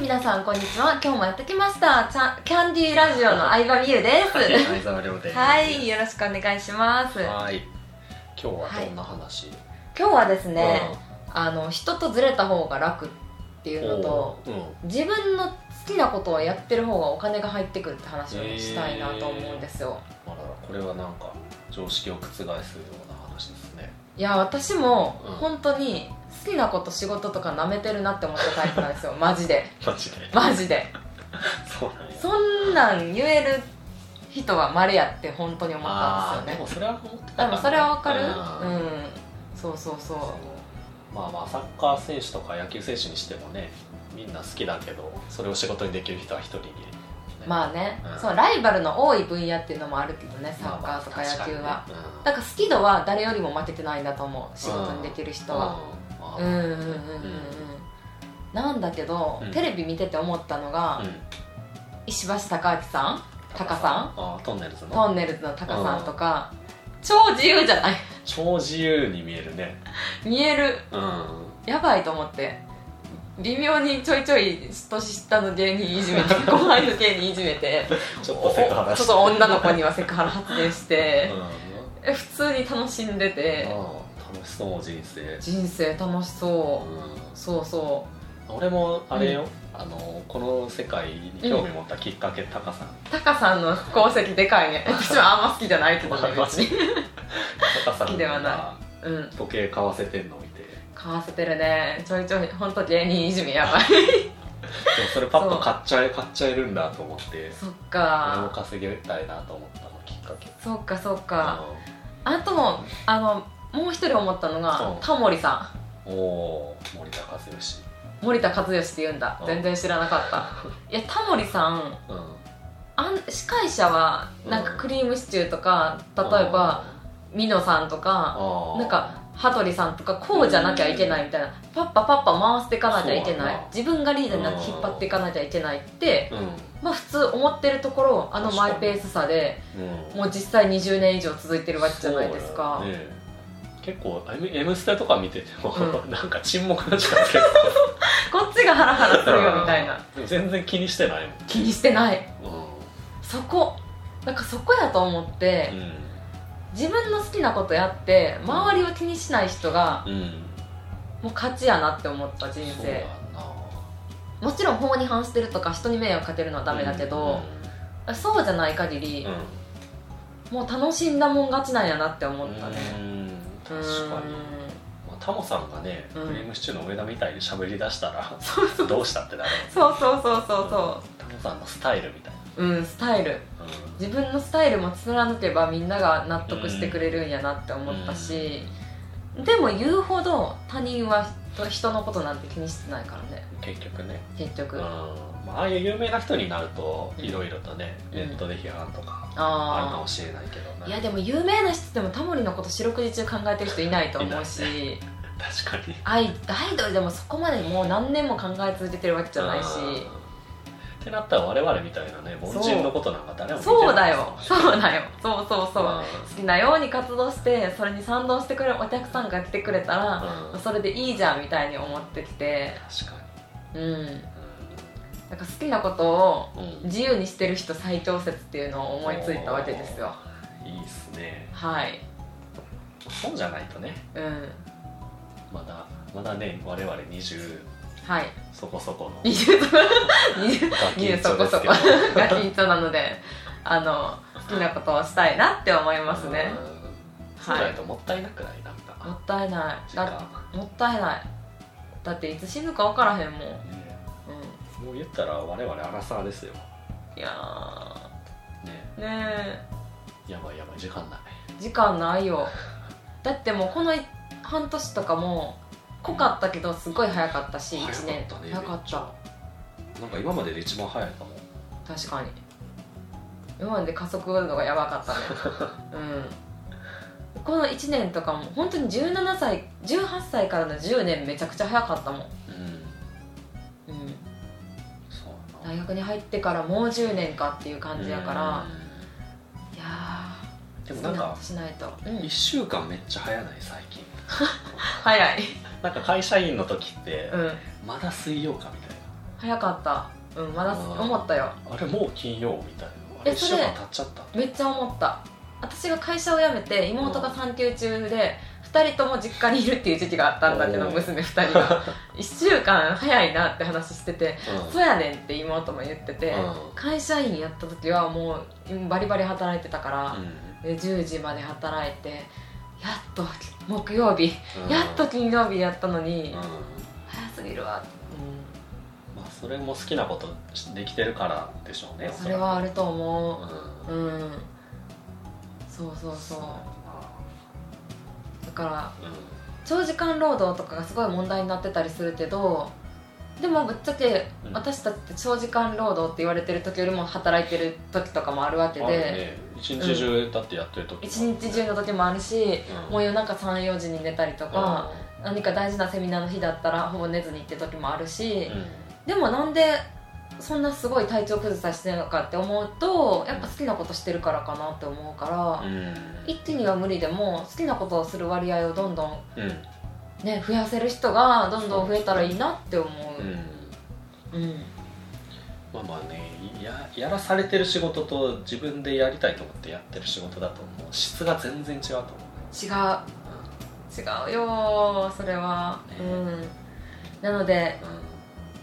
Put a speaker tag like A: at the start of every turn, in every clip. A: 皆さんこんにちは今日もやってきましたちゃんキャンディーラジオの相葉美優で
B: はい、相沢亮ですす。
A: はいよろしくお願いします
B: はい。今日はどんな話？
A: 今日はですね、あの人とずれた方が楽って
B: う
A: い
B: ん、
A: うのと
B: うん、
A: 自分の好きなことをやってる方がお金が入ってくるって話をしたいなと思うんですよ、
B: あららこれはなんか常識を覆すような話ですね。
A: いや私も
B: うん
A: 本当に好きなこと仕事とか舐めてるなって思ったタイプなんですよマジで
B: マジで。
A: マジで
B: そうなんや。
A: そんなん言える人はまれやって本当に思ったんです
B: ーで
A: よね
B: もそれは思ってた
A: でもそれはわかる
B: う
A: うんん、そうそうそう
B: そのまあまあサッカー選手とか野球選手にしてもね、みんな好きだけど、それを仕事にできる人は一人に。
A: まあね、
B: うん
A: そのライバルの多い分野っていうのもあるけどねサ
B: まあ
A: ッカ
B: まあ
A: ーとか野球は、
B: 確かにねうん
A: だから好き度は誰よりも負けてないんだと思う仕事にできる人は
B: あ
A: うん
B: ー
A: うんうんうんうんなんだけど、
B: うん
A: テレビ見てて思ったのが、
B: うん
A: 石橋貴明さんタカさん
B: あートンネルズの
A: トンネルズのタカさんとか、超自由じゃない
B: 超自由に見えるね
A: 見える
B: うん
A: やばいと思って微妙にちょいちょい年下の芸人いじめ て後輩の芸人いじめて
B: ちょっとセクハラ
A: おちょ
B: し
A: ってと女の子にはセクハラ発言して
B: うん、
A: え普通に楽しんでて
B: うん楽しそう人生
A: 人生楽しそううそうそ
B: ん、俺もあれよ、あのこの世界に興味持ったきっかけ、タカさん
A: うタカさんの功績でかいね私はあんま好きじゃないけどね
B: マ
A: 別
B: ジ
A: に
B: タカさ
A: 好き
B: ん
A: では
B: が
A: なうん
B: 時計買わせてんの見てで
A: 買わせてるねちょいちょい本当芸人いじめやばい
B: もそれパッと買っちゃえ買っちゃえるんだと思って
A: そっ
B: 俺も
A: か
B: 稼げたいなと思ったのきっかけ
A: そっかそっかあともあのもう一人思ったの
B: そ
A: が
B: う
A: タモリさん
B: うんおー森高剛氏
A: 森田和義って言うんだ
B: うん
A: 全然知らなかったいやタモリさん
B: うん
A: あん司会者はなんか
B: うん
A: クリームシチューとか例えばミノさんとか
B: あー
A: なんか羽鳥さんとかこうじゃなきゃいけないみたいなパッパパッパ回していかなきゃいけな
B: そうや
A: い
B: な
A: 自分がリーダーになって引っ張っていかなきゃいけないって
B: うん
A: まあ普通思ってるところあのマイペースさで
B: うん
A: もう実際20年以上続いてるわけじゃないですか
B: そうだよね結構「M- M ステ」とか見てても、
A: う
B: なんか沈黙の時間結
A: こっちがハラハラす
B: 構
A: るよみたいな
B: でも全然気にしてないも
A: 気にしてない
B: ん
A: そこなんかそこやと思って
B: うん
A: 自分の好きなことやって周りを気にしない人が
B: うん、
A: もう勝ちやなって思った人
B: そう
A: 生
B: やんな
A: もちろん法に反してるとか人に迷惑かけるのはダメだけど、そうじゃない限り
B: うん、うん
A: もう楽しんだもん勝ちなんやなって思ったね
B: うん
A: うーん
B: 確かに、まあ、タモさんがね、
A: うん
B: クリームシチューの上田みたいに喋り出したら
A: そうそう
B: どうしたってなる
A: そうそうそうそう
B: タモさんのスタイルみたいな、
A: そううんスタイル
B: うん
A: 自分のスタイルも貫けばみんなが納得してくれるんやなって思ったし、でも言うほど他人は人人のことなんて気にしてないからね
B: 結局ね
A: 結
B: う
A: 局
B: ん
A: あ
B: まあああいう有名な人になると
A: うん
B: いろいろとね、
A: うん
B: ネットで批判とかあるか
A: あ
B: もしれないけどね
A: いやでも有名な人でもタモリのこと四六時中考えてる人いないと思うし
B: 確かに
A: アイアイドルでもそこまでもう何年も考え続けてるわけじゃないし
B: うんってなったら我々みたいなね凡人のことなんか誰も見てない
A: そうだよそうだよそうそうそう、
B: うん
A: 好きなように活動してそれに賛同してくれるお客さんが来てくれたら、
B: うん
A: それでいいじゃんみたいに思ってきて
B: 確か
A: うんなんか好きなことを
B: に、うん
A: 自由にしてる人最強説っていうのを思いついたわけですよ
B: いいっすね
A: はい
B: そうじゃないとね
A: うん
B: まだまだね我々20
A: はい
B: そこそこの
A: 二重と二重
B: ガ
A: 二重
B: チ
A: そ
B: ン
A: こ
B: コ
A: そこ
B: ですけど
A: が緊張なのであの好きなことをしたいなって思いますね
B: うんそうじ
A: は
B: ゃない
A: い
B: ともったいなくないなん
A: も
B: か
A: ったいない
B: 時
A: だ
B: 間
A: もったいないだっていつ死ぬか分からへんもん、うん、
B: ねもう言ったら我々アラサーですよ
A: いやー
B: ね
A: ねえ
B: やばいやばい時間ない
A: 時間ないよだってもうこの半年とかも濃かったけどすごい早かったし
B: 早か
A: 1
B: った
A: 年
B: ね
A: 早かった
B: なんか今までで一番早いかも
A: 確かに今まで加速度がやばか ったねうんこの1年とかも本当に17歳18歳からの10年めちゃくちゃ早かったもん、
B: うん
A: うん、
B: そうやな
A: 大学に入ってからもう10年かっていう感じやからいやー
B: でもなん
A: そ
B: か
A: ことしないと、う
B: 1
A: ん、
B: 週間めっちゃ早ない最近
A: 早い
B: なんか会社員の時って
A: うん
B: まだ水曜かみたい
A: 早かったうんまだ
B: あー
A: 思ったよ
B: あれもう金曜みたいなあ
A: え
B: れ1
A: そ
B: 週
A: れ
B: 間経っちゃった
A: めっちゃ思った私が会社を辞めて妹が産休中で2人とも実家にいるっていう時期があったんだけど
B: おー
A: 娘2人 が1週間早いなって話してて「そうやねん」って妹も言ってて、
B: う
A: 会社員やった時はもううんバリバリ働いてたから
B: ん、うん
A: で10時まで働いてやっと木曜日
B: うん
A: やっと金曜日やったの
B: うん
A: に
B: ま
A: 早すぎるわ、
B: あそれも好きなことできてるからでしょう
A: う
B: ね
A: ん、それはあると
B: お
A: 思
B: そらく
A: う
B: うん
A: うんそうそうそうだから長時間労働とかがすごい問題になってたりするけどでもぶっちゃけ
B: うん
A: 私たちって長時間労働って言われてる時よりも働いてる時とかもあるわけ
B: ある
A: で
B: ね一日中だってやってる時も
A: 一、日中の時もあるし
B: うん
A: もう夜中34時に寝たりとか、
B: う
A: 何か大事なセミナーの日だったらほぼ寝ずにって時もあるし
B: ん、うん
A: でもなんでそんなすごい体調崩さしてるのかって思うとやっぱ好きなことしてるからかなって思うから、一気には無理でも好きなことをする割合をどんどん
B: うん
A: ね、増やせる人がどんどん増えたらいいなって思
B: う
A: う、
B: ん
A: うん、
B: まあまあねややらされてる仕事と自分でやりたいと思ってやってる仕事だともう質が全然違うと思う
A: 違う違うよーそれは、うん、なので、
B: う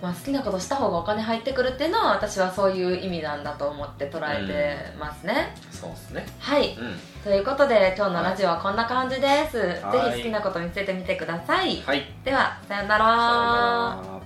A: まあ、好きなことした方がお金入ってくるっていうのは私はそういう意味なんだと思って捉えてますね、
B: んそうですね
A: はい
B: うん
A: ということで今日のラジオはこんな感じです、
B: はい
A: ぜひ好きなこと見つけてみてください、
B: はい
A: ではさよな
B: さよ
A: ら
B: なら